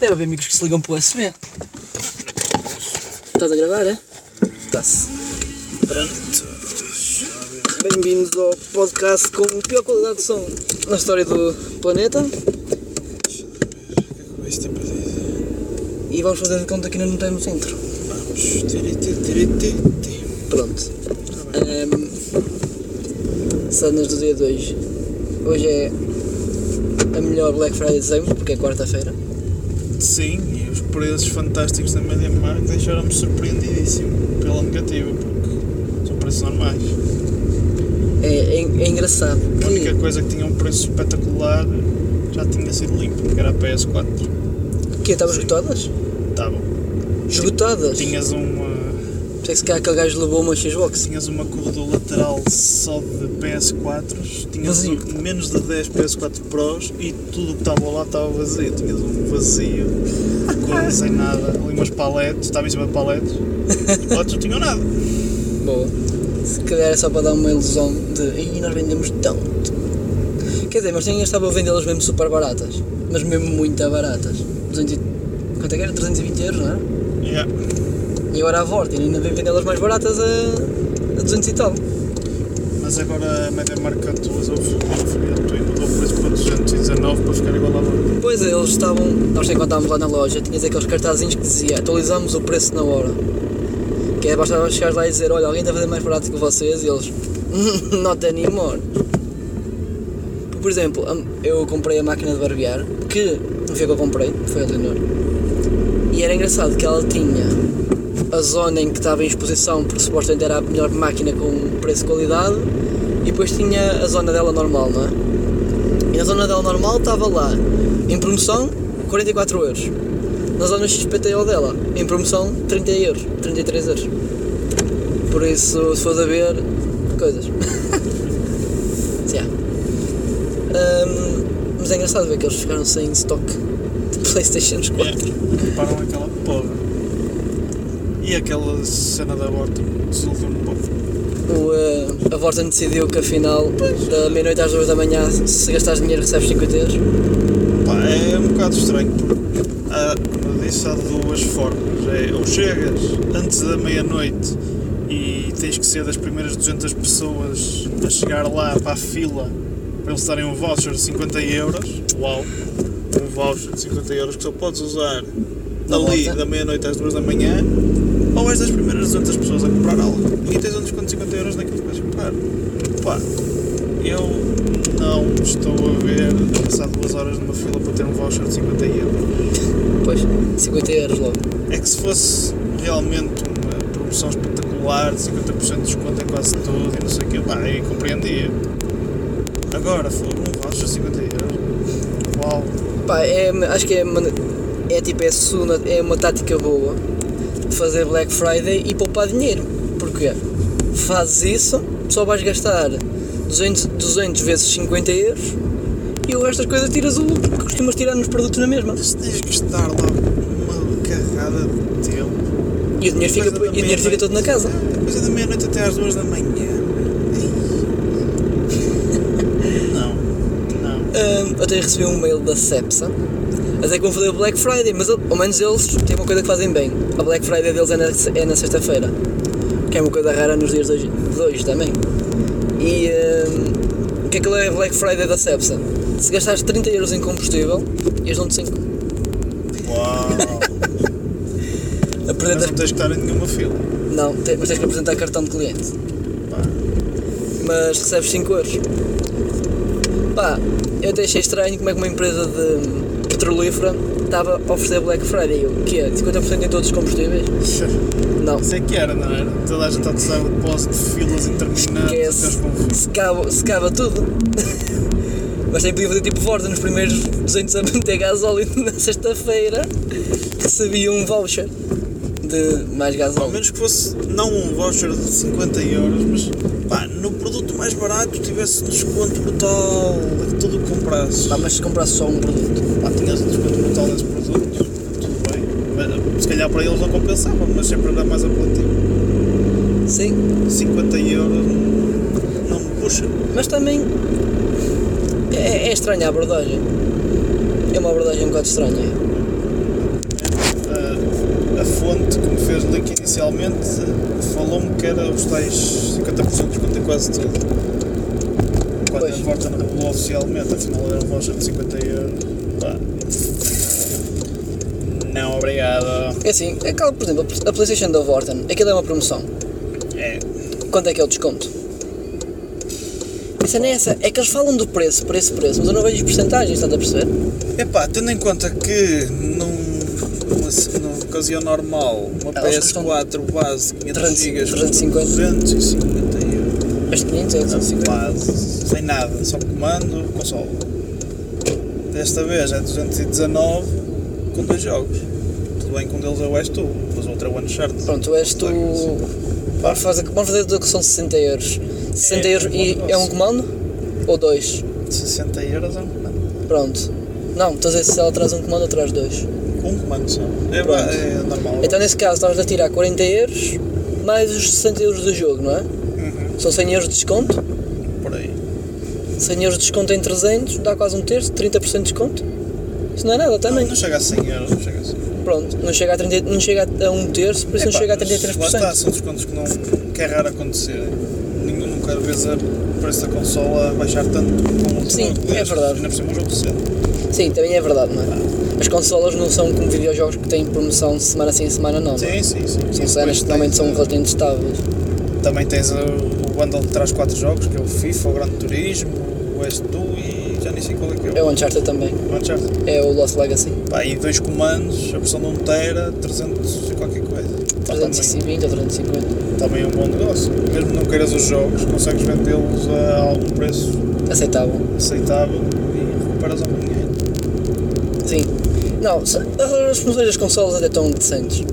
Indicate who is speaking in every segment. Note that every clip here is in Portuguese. Speaker 1: Deve haver amigos que se ligam para o USB.
Speaker 2: Estás a gravar, é?
Speaker 1: Está-se. Bem-vindos ao podcast com a pior qualidade de som na história do planeta.
Speaker 3: Este tempo de
Speaker 1: E vamos fazer de conta que ainda não temos intro.
Speaker 3: vamos. Tiri, tiri, tiri, tiri, tiri.
Speaker 1: Pronto. Ahm, cenas do dia 2. Hoje é a melhor Black Friday de sempre, porque é quarta-feira.
Speaker 3: Sim, e os preços fantásticos da MediaMarkt deixaram-me surpreendidíssimo pela negativa, porque são preços normais.
Speaker 1: É, é, é engraçado.
Speaker 3: A única
Speaker 1: Que
Speaker 3: coisa que tinha um preço espetacular já tinha sido limpo, que era a PS4.
Speaker 1: que estavam esgotadas?
Speaker 3: Tá bom.
Speaker 1: Esgotadas?
Speaker 3: Tinhas uma,
Speaker 1: Pensei que se calhar aquele gajo levou uma Xbox.
Speaker 3: tinhas uma corredor lateral só de PS4s, tinhas um
Speaker 1: Vazio.
Speaker 3: menos de 10 PS4 Pros e tudo o que estava lá estava vazio. Tinhas um vazio, coisas sem nada, ali umas paletes, estava em cima de paletes, os paletes não tinham nada.
Speaker 1: Boa. Se calhar é só para dar uma ilusão de. Ih, nós vendemos tanto. Quer dizer, mas tinha estava a vendê-las mesmo super baratas. Mas mesmo muito baratas. 200 e... Quanto é que era? 320 euros, não é?
Speaker 3: Yeah.
Speaker 1: E agora a Vorten ainda vem vendê-las mais baratas a... a 200 e tal.
Speaker 3: Mas agora a média marca atuas ao folheto e mudou o preço para 219 para ficar igual à outra.
Speaker 1: Pois é, eles estavam. Nós enquanto estávamos lá na loja, tinhas aqueles cartazinhos que dizia atualizamos o preço na hora. Que é bastava chegar lá e dizer, olha, alguém está a fazer mais barato que vocês e eles. Not anymore. Por exemplo, a- eu comprei a máquina de barbear, que não foi eu que eu comprei, foi a Leonor. E era engraçado que ela tinha a zona em que estava em exposição, porque supostamente era a melhor máquina com preço e qualidade, e depois tinha a zona dela normal, não é? E na zona dela normal estava lá, em promoção, 44 euros. Na zona XPTO dela, em promoção, 30 euros, 33 euros. Por isso, se fores a ver, coisas. Mas, yeah. Ahm, mas é engraçado ver que eles ficaram sem stock de Playstation 4.
Speaker 3: É, param aquela porra. E aquela cena da bota desolou um pouco.
Speaker 1: O, eh, a Vorten decidiu que afinal, da meia-noite às 2 da manhã, se gastares dinheiro recebes 50 euros.
Speaker 3: Pá, é um bocado estranho porque, há, como eu disse, há duas formas. É, ou chegas antes da meia-noite e tens que ser das primeiras 200 pessoas a chegar lá para a fila para eles darem um voucher de 50 euros. Uau! Um voucher de 50 euros que só podes usar
Speaker 1: Na
Speaker 3: ali
Speaker 1: volta.
Speaker 3: da meia-noite às 2 da manhã. Ou és das primeiras 200 pessoas a comprar algo e tens um desconto de 50 euros naquilo que vais comprar. Pá, eu não estou a ver passar duas horas numa fila para ter um voucher de 50 euros.
Speaker 1: Pois, 50 euros logo.
Speaker 3: É que se fosse realmente uma promoção espetacular, de 50% de desconto em quase tudo e não sei o quê, pá, aí compreendia. Agora, foi um voucher de 50 euros. Uau!
Speaker 1: Pá, é, acho que é, uma- é tipo, é, segunda, é uma tática boa de fazer Black Friday e poupar dinheiro. Porquê? Fazes isso, só vais gastar 200, 200 vezes 50 euros e o resto das coisas tiras o lucro que costumas tirar nos produtos na mesma.
Speaker 3: Mas tens que estar lá uma carrada de tempo.
Speaker 1: E o dinheiro fica,
Speaker 3: Coisa da
Speaker 1: e o dinheiro fica
Speaker 3: meia-noite. É,
Speaker 1: todo na casa.
Speaker 3: Coisa da meia-noite até às duas da manhã. Não, não.
Speaker 1: Ahm, eu até recebi um mail da Cepsa a dizer que vão fazer o Black Friday, mas ele- ao menos eles têm uma coisa que fazem bem. A Black Friday deles é na, é na sexta-feira, que é uma coisa rara nos dias de hoje, de hoje também. E ahm, o que é que é a Black Friday da Cepsa? Se gastares 30 euros em combustível, eles dão-te 5.
Speaker 3: Uau! Mas
Speaker 1: Apresentas...
Speaker 3: não tens que estar em nenhuma fila.
Speaker 1: Não, te- mas tens que apresentar cartão de cliente.
Speaker 3: Pá,
Speaker 1: mas recebes 5 euros. Pá, eu até achei estranho como é que uma empresa de petrolífera estava a oferecer Black Friday. O quê? 50% em todos os combustíveis? Não.
Speaker 3: Sei é que era, não era? Toda a gente está a usar o depósito de filas intermináveis.
Speaker 1: Esquece.
Speaker 3: até aos confins.
Speaker 1: Secava, secava tudo. Mas também podia fazer tipo Vorta nos primeiros 200 a meter gasóleo na sexta-feira. Recebia um voucher de mais
Speaker 3: Ao
Speaker 1: gasóleo.
Speaker 3: menos que fosse não um voucher de 50 euros, mas pá, no produto mais barato tivesse um desconto brutal de tudo o que comprasses.
Speaker 1: Pá, mas se comprasse só um produto.
Speaker 3: Pá, tinhas um desconto brutal nesse produto, tudo bem. Mas, se calhar para eles não compensava, mas sempre era mais apelativo.
Speaker 1: Sim,
Speaker 3: 50 euros não me puxa.
Speaker 1: Mas também é, é estranha a abordagem. É uma abordagem um bocado estranha.
Speaker 3: fonte que me fez link inicialmente falou-me que era os tais 50% de desconto em é quase tudo. Quando
Speaker 1: Pois.
Speaker 3: a Vorta não revelou oficialmente, afinal era um voucher de 50 euros. Pá. Não, obrigado.
Speaker 1: É assim, é claro, por exemplo, a PlayStation da Vorten, aquilo é uma promoção.
Speaker 3: É,
Speaker 1: Quanto é que é o desconto? Isso é nessa, é que eles falam do preço, preço, preço, mas eu não vejo as porcentagens, estás a perceber?
Speaker 3: Epá, tendo em conta que num, numa, numa ocasião normal uma
Speaker 1: Elas
Speaker 3: PS4 base 500
Speaker 1: 300,
Speaker 3: GB
Speaker 1: 350.
Speaker 3: 250 euros
Speaker 1: Mas 500 é
Speaker 3: Não,
Speaker 1: 250.
Speaker 3: base, Assim, sem nada, só comando, console. Desta vez é 219 com dois jogos. Tudo bem que um deles é o West Tu, mas o outro é o Uncharted.
Speaker 1: Pronto, és tu. Vamos fazer, vamos fazer a dedução de 60 euros. 60
Speaker 3: É,
Speaker 1: euros e é um comando? Ou dois?
Speaker 3: 60 euros é um comando.
Speaker 1: Pronto. Não, estás a dizer se ela traz um comando ou traz dois.
Speaker 3: Com um comando só. É,
Speaker 1: Pronto.
Speaker 3: ba- é normal.
Speaker 1: Então nesse caso estás a tirar 40 euros mais os 60 euros do jogo, não é?
Speaker 3: Uhum,
Speaker 1: São 100 euros de desconto.
Speaker 3: por aí.
Speaker 1: Ah, 100 euros de desconto em 300, dá quase um terço, 30% de desconto. Isso não é nada
Speaker 3: Não,
Speaker 1: também.
Speaker 3: não chega a 100 euros, não chega a 100
Speaker 1: Pronto, não chega a, 30, não chega a um terço, por isso não
Speaker 3: Epá,
Speaker 1: chega a 33%.
Speaker 3: Lá está, são descontos que, não, que é raro acontecer. Ninguém nunca vês a preço da consola baixar tanto como um
Speaker 1: Sim,
Speaker 3: jogo
Speaker 1: é
Speaker 3: destes.
Speaker 1: verdade. Tá
Speaker 3: Ainda por cima, um jogo cedo.
Speaker 1: Sim, também é verdade, não é? As consolas não são como videojogos que têm promoção de semana sem semana, não. não é?
Speaker 3: Sim, sim, sim.
Speaker 1: São
Speaker 3: E
Speaker 1: cenas
Speaker 3: depois
Speaker 1: que normalmente
Speaker 3: tens,
Speaker 1: são
Speaker 3: eh,
Speaker 1: relativamente estáveis.
Speaker 3: Também tens eh, o bundle que traz 4 jogos, que é o FIFA, o Grande Turismo, o West 2 e já nem sei qual é que é.
Speaker 1: É o Uncharted também,
Speaker 3: o Uncharted.
Speaker 1: é o Lost Legacy.
Speaker 3: Pá, e dois comandos, a versão de 1 tera, 300 e qualquer coisa. Pá,
Speaker 1: 320 ou 350,
Speaker 3: também, também é um bom negócio. Mesmo não queiras os jogos, consegues vendê-los a algum preço
Speaker 1: aceitável.
Speaker 3: aceitável e recuperas algum dinheiro.
Speaker 1: Sim. Não, se- as promoções das consolas até estão decentes.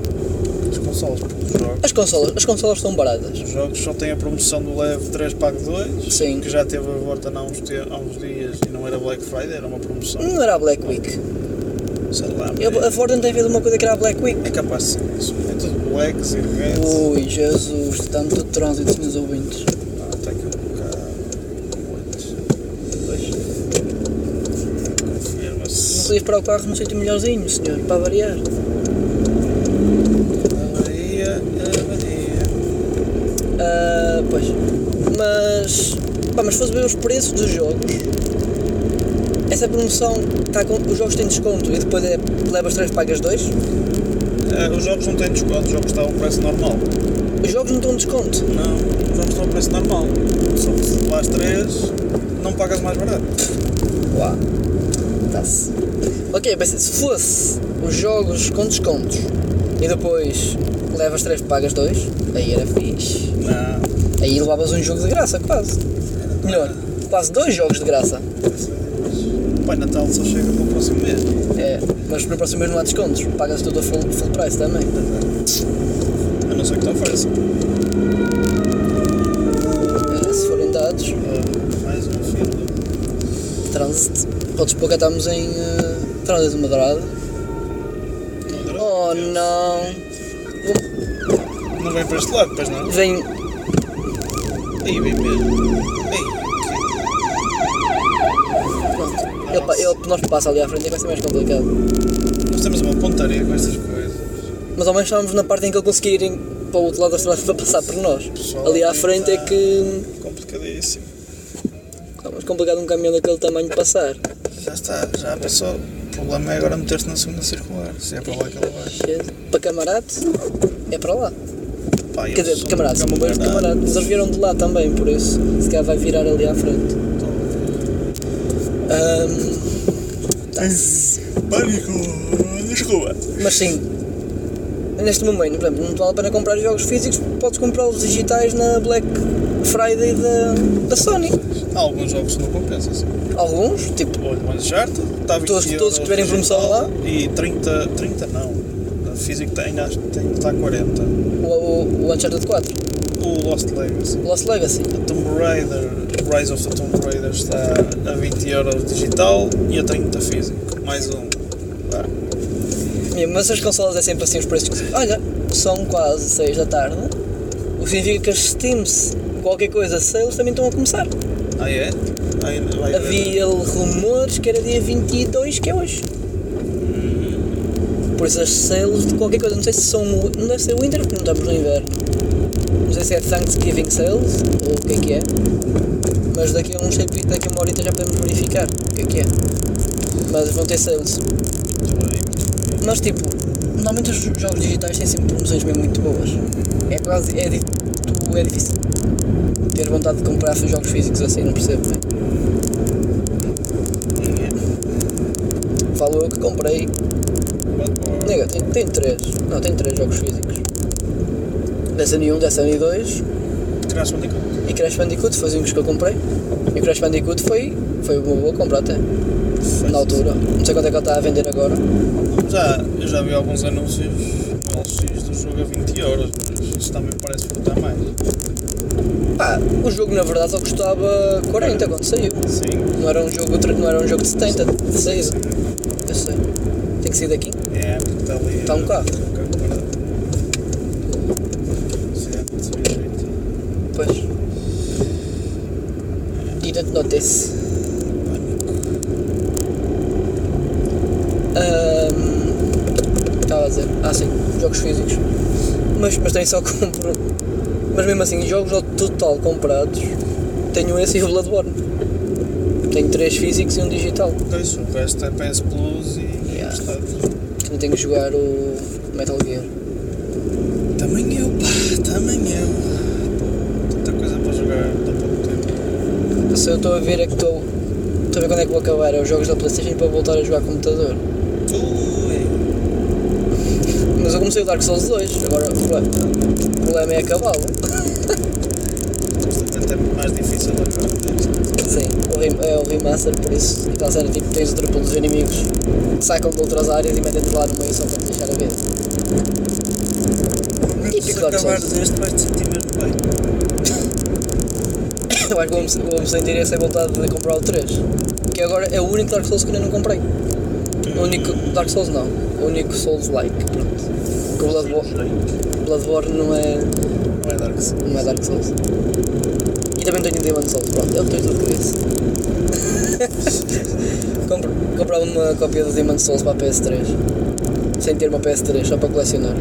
Speaker 3: As consoles, porque os jogos,
Speaker 1: As consolas, as consolas estão baratas.
Speaker 3: os jogos só têm a promoção do Leve 3 Pago 2,
Speaker 1: Sim.
Speaker 3: que já teve a volta há uns, te- há uns dias e não era Black Friday, era uma promoção.
Speaker 1: Não era a Black Week.
Speaker 3: Sei lá. mas
Speaker 1: Hum. Eu, a Ford não tem havido uma coisa que era a Black Week.
Speaker 3: É capaz de ser isso. É tudo blacks e reds.
Speaker 1: Ui, Jesus, tanto trânsito, meus ouvintes.
Speaker 3: Ah, está aqui um bocado. antes. Dois.
Speaker 1: Não
Speaker 3: Confirma-se.
Speaker 1: podia para o carro num sítio melhorzinho, senhor, para variar.
Speaker 3: Avaria, avaria.
Speaker 1: Ah, pois. Mas. Pá, mas se fosse ver os preços dos jogos. Essa promoção tá com. Os jogos têm desconto e depois é, levas 3 pagas 2.
Speaker 3: Ah, os jogos não têm desconto, os jogos estão a um preço normal.
Speaker 1: Os jogos não estão desconto.
Speaker 3: Não, os jogos estão a um preço normal. Só que se lá as 3, não pagas mais barato.
Speaker 1: Uau. Tá-se. Tá Ok, mas se fosse os jogos com descontos e depois levas 3 pagas 2, aí era fixe.
Speaker 3: Não.
Speaker 1: Aí levavas um jogo de graça, quase. Melhor, quase dois jogos de graça.
Speaker 3: O é. Pai Natal só chega para o próximo mês.
Speaker 1: É, mas no próximo mês não há descontos. Pagas tudo a full, full price também.
Speaker 3: A não ser que te ofereça.
Speaker 1: Eh, Se forem dados,
Speaker 3: Ah, Mais um filho.
Speaker 1: trânsito. Podes pôr que estamos em eh, trânsito moderado. Oh não!
Speaker 3: Não vem para este lado, pois não? é?
Speaker 1: Vem.
Speaker 3: Aí vem mesmo. Aí.
Speaker 1: Pronto. Ele, pa- ele, nós passa ali à frente e vai ser mais complicado.
Speaker 3: Nós temos uma pontaria com estas coisas.
Speaker 1: Mas ao menos estávamos na parte em que ele conseguia ir em- para o outro lado da estrada para passar por nós.
Speaker 3: Pessoal,
Speaker 1: Ali à
Speaker 3: aí
Speaker 1: frente é
Speaker 3: tá.
Speaker 1: que.
Speaker 3: Complicadíssimo.
Speaker 1: Está mais complicado um caminhão daquele tamanho passar.
Speaker 3: Já está, já passou. O problema é agora meter-se na segunda circular. Se é para lá que ela vai.
Speaker 1: Shit. Para camarate, é para lá.
Speaker 3: Pá,
Speaker 1: Quer dizer,
Speaker 3: é
Speaker 1: camaradas, são bombeiros de
Speaker 3: camaradas.
Speaker 1: camaradas. Eles vieram de lá também, por isso. Se calhar vai virar ali à frente. Ahm, tá-se.
Speaker 3: Pânico! Desculpa.
Speaker 1: tá. mas sim, neste momento, por exemplo, não vale a pena comprar jogos físicos, podes comprá-los digitais na Black Friday da, da Sony.
Speaker 3: Há alguns jogos que não compensam, sim.
Speaker 1: Alguns, tipo,
Speaker 3: Olha, o Uncharted está 20
Speaker 1: Todos-
Speaker 3: euros
Speaker 1: todos que tiverem
Speaker 3: digital
Speaker 1: promoção lá?
Speaker 3: E 30, 30 não. Na física tem, ainda acho que tem, está a 40.
Speaker 1: o, o, o Uncharted 4,
Speaker 3: O Lost Legacy.
Speaker 1: o Lost Legacy.
Speaker 3: A Tomb Raider, Rise of the Tomb Raider está a 20 euros digital e a 30 físico. Mais um. Vá.
Speaker 1: Sim, Mas as consolas é sempre assim os preços. que- Olha, são quase 6 da tarde. O que significa que as Steams, qualquer coisa, sales também estão a começar.
Speaker 3: Ah, é? Aí vai haver-
Speaker 1: Havia rumores que era dia 22, que é hoje. por esses selos de qualquer coisa. Não sei se são. o- Não deve ser o winter porque não estamos no inverno. Não sei se é Thanksgiving Sales ou o que é que é. Mas daqui a uns tempi- daqui a uma horita já podemos verificar o que é que é. Mas vão ter sales.
Speaker 3: Muito bem, muito bem.
Speaker 1: Mas tipo, normalmente os jogos digitais têm sempre promoções mesmo muito boas. É quase. É, di- tu- é difícil ter vontade de comprar jogos físicos assim, não percebo bem. Falo eu que comprei.
Speaker 3: Bloodborne.
Speaker 1: Nega, tem, tem três. Não, tem três jogos físicos. um, Destiny 1, Destiny 2
Speaker 3: Crash Bandicoot.
Speaker 1: e Crash Bandicoot foi os únicos que eu comprei. E o Crash Bandicoot foi, foi uma boa compra até, na altura. Não sei quanto é que ele está a vender agora.
Speaker 3: Já, eu já vi alguns anúncios no LX do jogo a 20 euros, mas isso também parece faltar mais.
Speaker 1: Pá, o jogo na verdade só custava 40 quando saiu.
Speaker 3: Sim.
Speaker 1: Não era um jogo, tra- não era um jogo de 70, de saída. Eu sei. Tem que sair daqui.
Speaker 3: É, porque está ali.
Speaker 1: Está um bocado.
Speaker 3: Está um bocado parado. Sim, é, não sabia direito.
Speaker 1: Pois. Didn't notice. Ahm, Estava a dizer. Ah, sim, jogos físicos. Mas, mas tem só compro. Mas mesmo assim, jogos ao total comprados, tenho esse e o Bloodborne. Tenho três físicos e um digital.
Speaker 3: Pois, o resto é PS Plus e
Speaker 1: Yeah.
Speaker 3: emprestado.
Speaker 1: Também tenho que jogar o Metal Gear.
Speaker 3: Também eu, pá, também eu. Tanta coisa para jogar, tão pouco tempo.
Speaker 1: Se eu estou a ver é que estou. Estou a ver quando é que vou acabar. É os jogos da Playstation para voltar a jogar computador.
Speaker 3: Ui,
Speaker 1: Mas eu comecei o Dark Souls 2, agora o problema, o problema é acabá-lo.
Speaker 3: supostamente é mais difícil agora.
Speaker 1: Sim, o rem- é o remaster, por isso está a ser tipo tens o triplo dos inimigos que sacam de outras áreas e metem-te lá no meio só para te deixar a ver. E
Speaker 3: Se
Speaker 1: Dark Souls?
Speaker 3: acabares este, vais te sentir mesmo bem.
Speaker 1: Eu acho que vou-me vou-me sentir essa vontade de é comprar o 3. Que agora é o único Dark Souls que eu ainda não comprei. O único Dark Souls não. O único Souls-like. Pronto. Que o Bloodborne, Bloodborne não é.
Speaker 3: Não é Dark Souls.
Speaker 1: não é Dark Souls. E também tenho Demon Souls, pronto, eu tenho tudo isso. Compre- Comprava uma cópia do Demon Souls para a PS3. Sem ter uma PS3, só para colecionar.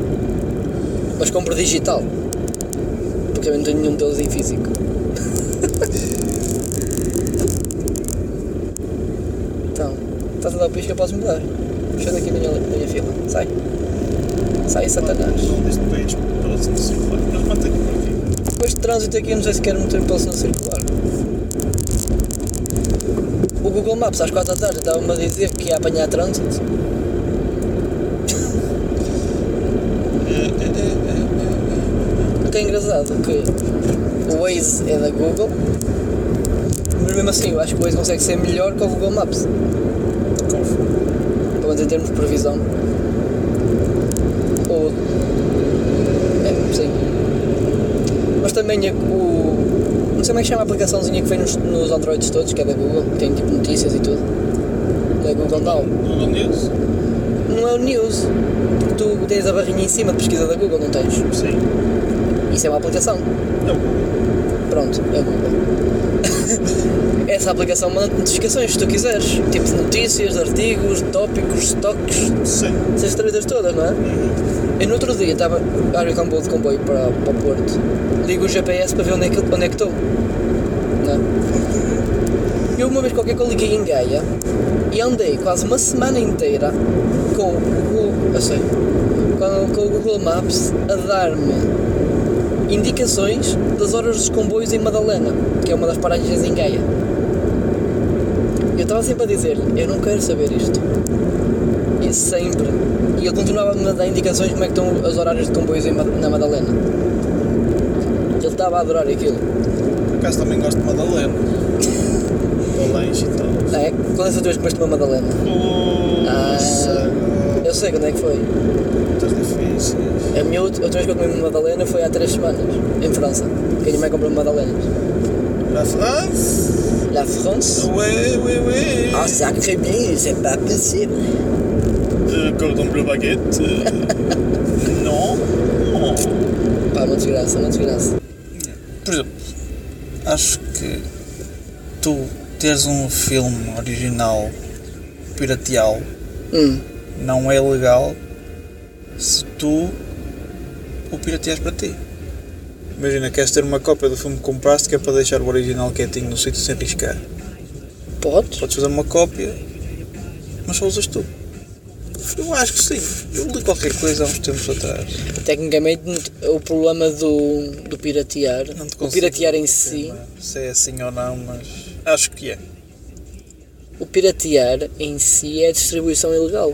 Speaker 1: Mas compro digital. Porque eu não tenho nenhum deles em físico. então, estás a dar pisca, podes mudar. Deixa eu daqui a minha, minha fila. Sai. Sai, Satanás.
Speaker 3: Não deste país para o seu celular. Mas mantém por aqui.
Speaker 1: Depois de trânsito aqui, eu não sei se quero meter pelo a circular. O Google Maps às 4 da tarde estava-me a dizer que ia apanhar trânsito.
Speaker 3: É, é, é,
Speaker 1: O que é engraçado que o Waze é da Google, mas mesmo assim eu acho que o Waze consegue ser melhor que o Google Maps.
Speaker 3: é. Qual foi?
Speaker 1: pelo menos em termos de previsão. Ou. É, sim. Mas também a- o. Não sei como é que chama a aplicaçãozinha que vem nos, nos Androids todos, que é da Google, que tem tipo notícias e tudo. Da Google Now.
Speaker 3: Google News?
Speaker 1: Não é o News, porque tu tens a barrinha em cima de pesquisa da Google, não tens?
Speaker 3: Sim.
Speaker 1: Isso é uma aplicação.
Speaker 3: É o Google.
Speaker 1: Pronto, é o Google. Essa aplicação manda notificações se tu quiseres. Tipo de notícias, de artigos, de tópicos, estoques,
Speaker 3: Sim.
Speaker 1: essas tretas todas, não é?
Speaker 3: Uhum. Eu
Speaker 1: Eu no outro dia estava a vir com um bolo de comboio para, para o Porto. Ligo o GPS para ver onde é que, onde é que estou. Não. é? Eu uma vez qualquer que eu liguei em Gaia e andei quase uma semana inteira com o Google. Eu sei, com, com o Google Maps a dar-me indicações das horas dos comboios em Madalena, que é uma das paragens em Gaia. Eu estava sempre a dizer-lhe, eu não quero saber isto. E sempre. E ele continuava-me a dar indicações de como é que estão os horários de comboios em Ma- na Madalena. Ele estava a adorar aquilo.
Speaker 3: por acaso também gosto de Madalena. Balões e tal.
Speaker 1: Ah, é? Quando é que tu comeste uma Madalena? Ah.
Speaker 3: Nossa.
Speaker 1: Eu sei quando é que foi.
Speaker 3: Muitas difíceis.
Speaker 1: A minha ult- a última vez que eu comi uma Madalena foi há três semanas, em França. Que a minha mãe comprou Madalenas.
Speaker 3: La France?
Speaker 1: La France?
Speaker 3: Oui, oui, oui.
Speaker 1: Ah, sacré bien, c'est pas possíble.
Speaker 3: Euh, cordon bleu baguette. euh, non. Non.
Speaker 1: Pá, uma desgraça, uma desgraça.
Speaker 3: Por exemplo, acho que tu teres um filme original pirateá
Speaker 1: Hum,
Speaker 3: não é legal se tu o pirateares para ti. Imagina, queres ter uma cópia do filme que compraste que é para deixar o original quietinho no sítio sem riscar.
Speaker 1: Podes?
Speaker 3: Podes fazer uma cópia, mas só usas tu. Eu acho que sim. Eu li qualquer coisa há uns tempos atrás.
Speaker 1: Tecnicamente, o problema do, do piratear,
Speaker 3: Não te
Speaker 1: o
Speaker 3: consigo
Speaker 1: piratear em
Speaker 3: dizer
Speaker 1: si,
Speaker 3: Se é assim ou não, mas acho que é.
Speaker 1: o piratear em si é a distribuição ilegal.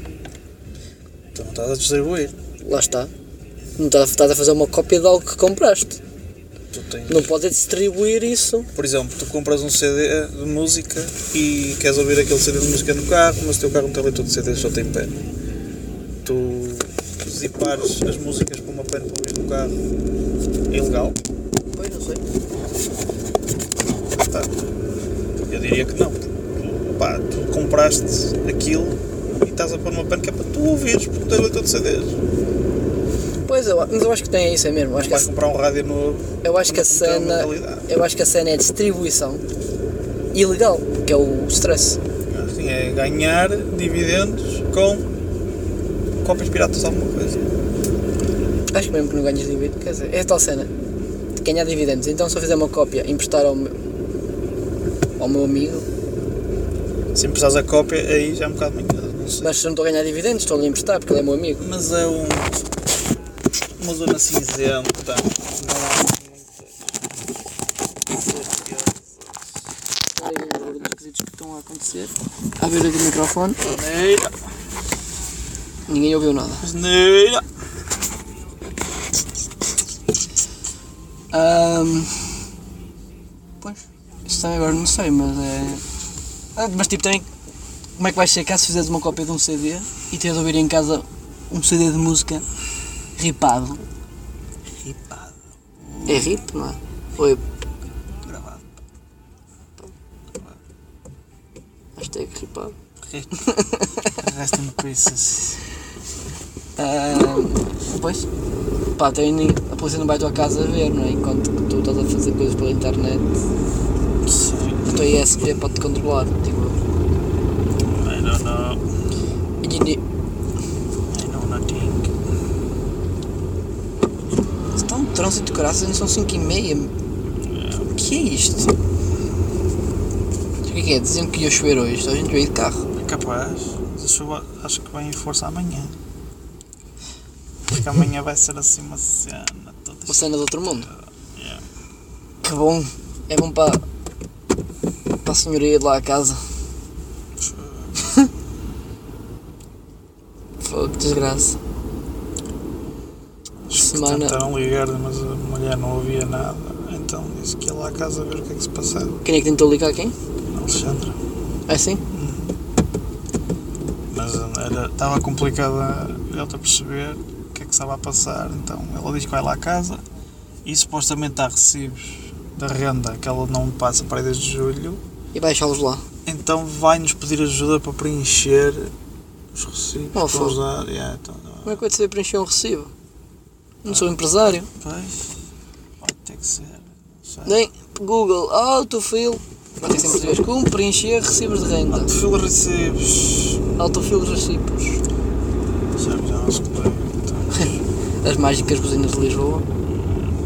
Speaker 3: Tu não estás a distribuir.
Speaker 1: Lá está. Não estás estás a fazer uma cópia de algo que compraste.
Speaker 3: Tu tens...
Speaker 1: Não podes é distribuir isso.
Speaker 3: Por exemplo, tu compras um CD de música e queres ouvir aquele CD de música no carro, mas o teu carro não tem leitor de CDs, só tem pena. Tu zipares as músicas para uma pena para ouvir no carro é ilegal?
Speaker 1: Pois, não sei.
Speaker 3: Tá. Eu diria que não. Tu, pá, tu compraste aquilo e estás a pôr uma pena que é para tu ouvires, porque tens leitor de CDs.
Speaker 1: Pois, eu, mas eu acho que tem isso é mesmo. Eu acho que,
Speaker 3: Vais
Speaker 1: a-
Speaker 3: comprar um rádio novo,
Speaker 1: eu acho que a
Speaker 3: tem uma
Speaker 1: cena.
Speaker 3: mentalidade.
Speaker 1: Eu acho que a cena é a distribuição ilegal, que é o stress.
Speaker 3: Assim, é ganhar dividendos com cópias piratas de alguma coisa.
Speaker 1: Acho que mesmo que não ganhas dividendos. Quer dizer, é a tal cena. De ganhar dividendos. Então se eu fizer uma cópia, emprestar ao meu, ao meu amigo,
Speaker 3: Se precisares a cópia, aí já é um bocado manhoso, não sei.
Speaker 1: mas se eu não estou a ganhar dividendos, estou a lhe emprestar porque ele é meu amigo.
Speaker 3: Mas é um, uma zona cinzenta. Não há
Speaker 1: Olha aí os barulhos esquisitos que estão a acontecer. À beira do microfone,
Speaker 3: Asneira,
Speaker 1: ninguém ouviu nada.
Speaker 3: asneira.
Speaker 1: Ahm, pois, isso também agora não sei, mas é. Ah, Mas tipo, tem. Como é que vais ser caso fizeres uma cópia de um CD e teres de ouvir em casa um CD de música ripado?
Speaker 3: Ripado,
Speaker 1: É rip, não é? Ou é
Speaker 3: gravado.
Speaker 1: hashtag ripado?
Speaker 3: Rest in pieces.
Speaker 1: Ahm, pois, pá, tem, nem- a polícia não vai à tua casa ver, não é? Enquanto que tu estás a fazer coisas pela internet, a tua ISP pode-te controlar. Tipo,
Speaker 3: I don't know.
Speaker 1: e ni-
Speaker 3: I know nothing.
Speaker 1: Está um trânsito de graças, não são 5 e meia. O que é isto? O que é que é? Diziam que ia chover hoje, então a gente veio de carro.
Speaker 3: É capaz. Mas a chuva acho que vem em força amanhã. Porque amanhã vai ser assim uma cena toda.
Speaker 1: Uma cena do outro mundo.
Speaker 3: Yeah.
Speaker 1: Que bom. É bom para, para a senhoria de lá a casa. Fogo, que desgraça. Semana.
Speaker 3: Tentaram ligar, mas a mulher não ouvia nada. Então disse que ia lá à casa ver o que é que se passava.
Speaker 1: Quem é que tentou ligar quem?
Speaker 3: Alexandra.
Speaker 1: É assim?
Speaker 3: Mas era- estava complicada ela perceber o que é que estava a passar. Então ela diz que vai lá à casa e supostamente há recibos da renda que ela não passa para aí desde julho.
Speaker 1: E baixá-los lá.
Speaker 3: Então vai-nos pedir ajuda para preencher os recibos.
Speaker 1: Oh,
Speaker 3: para
Speaker 1: fogo.
Speaker 3: os dar. Yeah, então,
Speaker 1: Como é que vai saber preencher um recibo? Não sou empresário.
Speaker 3: pois, vai ter que ser. Não sei.
Speaker 1: Nem Google Autofill. Vai ter que ser em português. Como preencher recibos de renda?
Speaker 3: Fila recibos.
Speaker 1: Autofill de recibos.
Speaker 3: Já já não escutei.
Speaker 1: As mágicas cozinhas de Lisboa.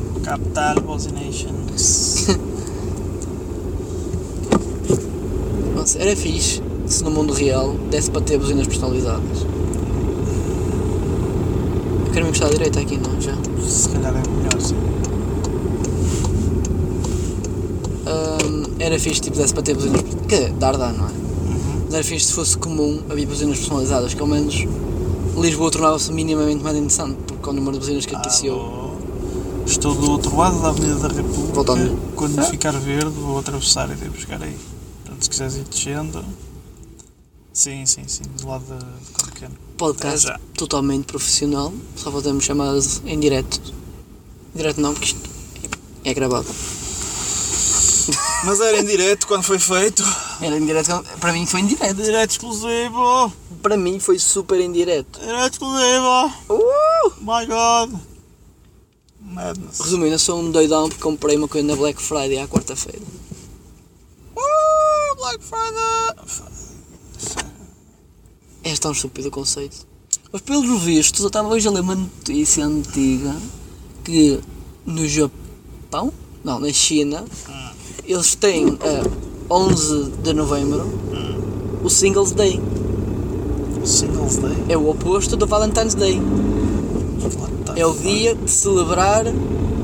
Speaker 3: Então, Capital Bosinations.
Speaker 1: Nossa, era fixe se no mundo real desse para ter buzinas personalizadas. Eu quero me encostar à direita aqui, não? Já.
Speaker 3: Se calhar é melhor sim.
Speaker 1: Ahm, era fixe tipo desse para ter buzinas. Quer dizer, dar dá, não é? Mas era fixe se fosse comum havia buzinas personalizadas, que ao menos Lisboa tornava-se minimamente mais interessante, porque com o número de buzinas
Speaker 3: Ah,
Speaker 1: que aqueceu.
Speaker 3: Alô. Estou do outro lado da Avenida da República.
Speaker 1: Voltando.
Speaker 3: Quando
Speaker 1: Ah.
Speaker 3: ficar verde, vou atravessar e devo buscar aí. Portanto, se quiseres ir descendo. Sim, sim, sim. Do lado da- de Campeão.
Speaker 1: Podcast
Speaker 3: É já.
Speaker 1: totalmente profissional, só fazemos chamadas em direto. Em direto não, porque isto é gravado.
Speaker 3: Mas era em direto quando foi feito.
Speaker 1: Era em direto, para mim foi em direto.
Speaker 3: Direto exclusivo.
Speaker 1: Para mim foi super em direto. Uh!
Speaker 3: Direto exclusivo. Oh My God. Madness.
Speaker 1: Resumindo, eu sou um doidão porque comprei uma coisa na Black Friday à quarta-feira.
Speaker 3: Uh, Black Friday.
Speaker 1: É tão estúpido o conceito. Mas pelos vistos, eu estava hoje a ler uma notícia antiga que no Japão, não, na China,
Speaker 3: Ah.
Speaker 1: eles têm a 11 de novembro o Singles Day.
Speaker 3: Singles Day?
Speaker 1: É o oposto do Valentine's Day.
Speaker 3: What the
Speaker 1: É o
Speaker 3: fuck?
Speaker 1: dia de celebrar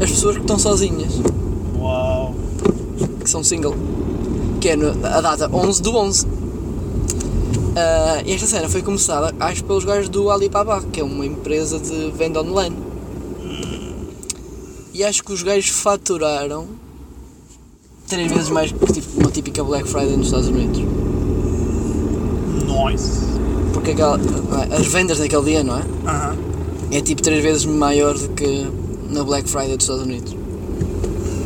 Speaker 1: as pessoas que estão sozinhas,
Speaker 3: Uau!
Speaker 1: que são single. Que é no- a data 11 do 11. Ah, e esta cena foi começada, acho, pelos gajos do Alibaba, que é uma empresa de venda online. E acho que os gajos faturaram três vezes mais que tipo, uma típica Black Friday nos Estados Unidos.
Speaker 3: Nice!
Speaker 1: Porque aquela- ah, as vendas naquele dia, não é?
Speaker 3: Aham.
Speaker 1: É tipo três vezes maior do que na Black Friday dos Estados Unidos.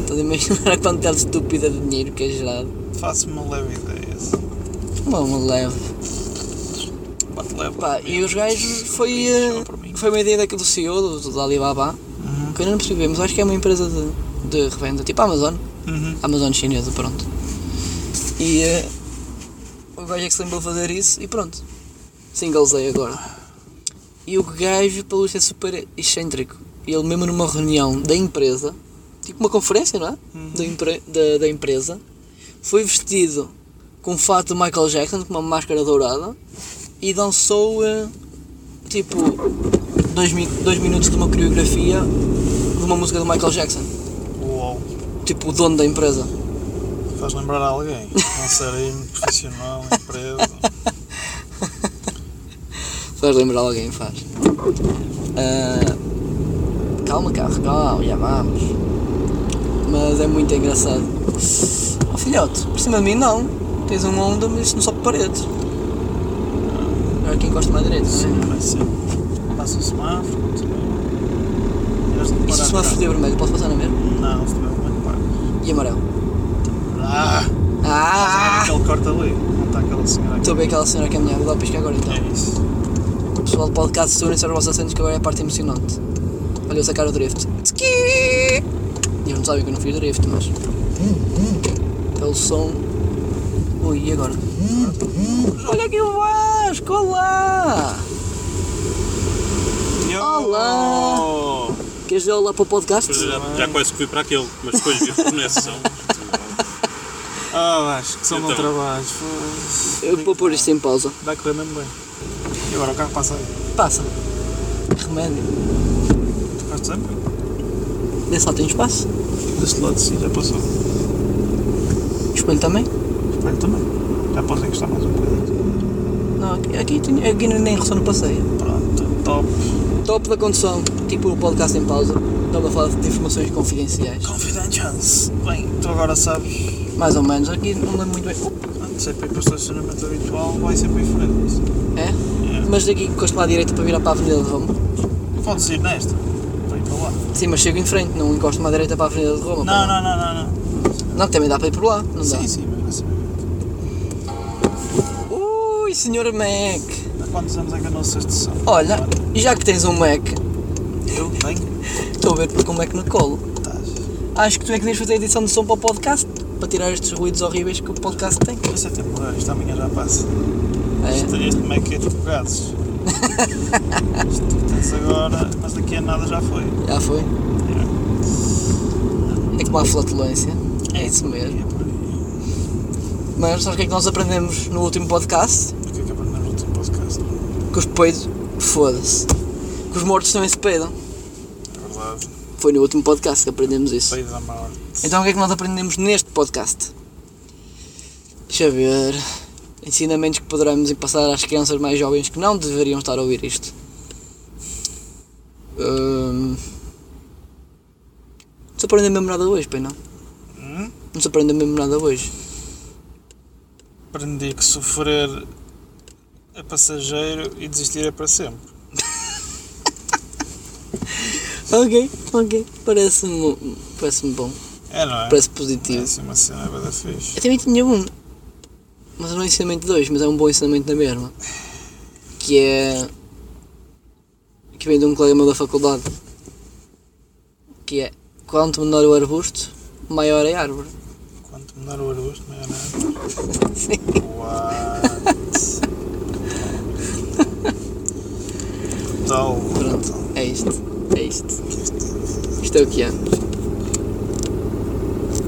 Speaker 1: Estás a imaginar a quantidade estúpida de dinheiro que é gerado?
Speaker 3: Faço-me uma leve ideia.
Speaker 1: Bom, me leve.
Speaker 3: Bate leve.
Speaker 1: Pá, e os gajos foi, eh, foi uma ideia daquele do CEO, do, do Alibaba,
Speaker 3: Uhum.
Speaker 1: que eu ainda não percebi, mas acho que é uma empresa de, de revenda, tipo a Amazon.
Speaker 3: Uhum.
Speaker 1: Amazon chinesa, pronto. E eh, o gajo é que se lembrou de fazer isso e pronto. Singles Day agora. E o gajo, pelo visto, é super excêntrico. E Ele mesmo numa reunião da empresa, tipo uma conferência, não é? Da, empre- da, da empresa, foi vestido com um fato de Michael Jackson, com uma máscara dourada, e dançou eh, tipo dois, mi- dois minutos de uma coreografia de uma música do Michael Jackson,
Speaker 3: Uau!
Speaker 1: tipo o dono da empresa.
Speaker 3: Faz lembrar alguém. Dançarino, profissional, empresa.
Speaker 1: Faz lembrar alguém, faz. Ah, calma, carro, calma, já vamos. Mas é muito engraçado. Oh, filhote, por cima de mim não. Tens um onda, mas não sobe paredes. Agora aqui encosta mais direito, não é?
Speaker 3: Vai ser. Passa o semáforo, continua. Irás
Speaker 1: é? E se o semáforo
Speaker 3: parar
Speaker 1: de vermelho, posso passar na mesma?
Speaker 3: cá. Não, é o semáforo vai parar.
Speaker 1: E amarelo.
Speaker 3: Ah!
Speaker 1: Ah!
Speaker 3: Aquele corta ali. Não está aquela senhora aqui.
Speaker 1: Estou a ver aquela senhora que é a minha, vou lá piscar agora então.
Speaker 3: É isso.
Speaker 1: Pessoal do podcast, segurem-se aos vossos assentos que agora é a parte emocionante. Olha, eu sacar o drift. Tski! E eles não sabem que eu não fiz drift, mas. Pelo som. Ui, e agora? Olha aqui o Vasco! Olá!
Speaker 3: Yo!
Speaker 1: Olá! Queres dizer olá para o podcast?
Speaker 2: Pois, já, eh, já quase que fui para aquele, mas depois vi recomeçação.
Speaker 3: Ah, Vasco, só
Speaker 2: Então.
Speaker 3: meu trabalho. foda-se.
Speaker 1: Eu vou pôr isto em pausa.
Speaker 3: Vai correr mesmo bem. E agora o carro passa aí.
Speaker 1: Passa. Remédio.
Speaker 3: Tu faz sempre?
Speaker 1: Desse lado tem espaço.
Speaker 3: Deste lado sim, já passou.
Speaker 1: Espelho também.
Speaker 3: Espelho também. Já podes encostar mais um bocadinho.
Speaker 1: Não, aqui, aqui, tinha- aqui nem ressono passeio.
Speaker 3: Pronto, top.
Speaker 1: Top da condução. Tipo o podcast em pausa. Estava a falar de informações confidenciais.
Speaker 3: Confidentials. Bem, tu agora sabes.
Speaker 1: Mais ou menos. Aqui não lembro muito bem.
Speaker 3: Quando sempre ir para o estacionamento habitual, vai sempre em frente.
Speaker 1: É? Mas daqui encosto lá à direita para virar para a Avenida de Roma.
Speaker 3: Podes ir nesta. Vai para lá.
Speaker 1: Sim, mas chego em frente, não encosto à direita para a Avenida de Roma. pá,
Speaker 3: Não, não, não, não. não.
Speaker 1: Não, que também dá para ir por lá, não
Speaker 3: Sim, sim, mas vai ser bem.
Speaker 1: dá? Ui, senhor Mac!
Speaker 3: Há quantos anos é que eu não sei de som?
Speaker 1: Olha, e já que tens um Mac,
Speaker 3: Eu tenho.
Speaker 1: estou a ver porque um Mac no colo.
Speaker 3: Estás.
Speaker 1: Acho que tu é que deves fazer a edição de som para o podcast, para tirar estes ruídos horríveis que o podcast tem.
Speaker 3: Isso é temporário, isto amanhã já passa.
Speaker 1: É.
Speaker 3: Este, este como é que é tipo gases? Isto tu tens agora, mas daqui a nada já foi.
Speaker 1: Já foi. É como a flatulência. É isso mesmo.
Speaker 3: É por aí.
Speaker 1: Mas sabes o que é que nós aprendemos no último podcast?
Speaker 3: O que é que aprendemos no último podcast?
Speaker 1: Que os peidos, foda-se. Que os mortos também se peidam.
Speaker 3: É verdade.
Speaker 1: Foi no último podcast que aprendemos isso.
Speaker 3: Saí da morte.
Speaker 1: Então o que é que nós aprendemos neste podcast? Deixa eu ver. Ensinamentos que poderemos passar às crianças mais jovens que não deveriam estar a ouvir isto. Hum... Não se aprende mesmo nada hoje, pai, não?
Speaker 3: Hum?
Speaker 1: Não se aprende mesmo nada hoje.
Speaker 3: Aprendi que sofrer é passageiro e desistir é para sempre.
Speaker 1: Ok, ok. Parece-me parece bom.
Speaker 3: É, não é?
Speaker 1: Parece
Speaker 3: É
Speaker 1: positivo.
Speaker 3: assim uma cena bem da fixe.
Speaker 1: Eu também tinha um. Mas não é um ensinamento de dois, mas é um bom ensinamento na mesma. Que é. Que vem de um colega meu da faculdade. Que é. Quanto menor o arbusto, maior é a árvore.
Speaker 3: Quanto menor o arbusto, maior é.
Speaker 1: Sim.
Speaker 3: What? Natal.
Speaker 1: Pronto, é isto. É isto. Isto é o que é.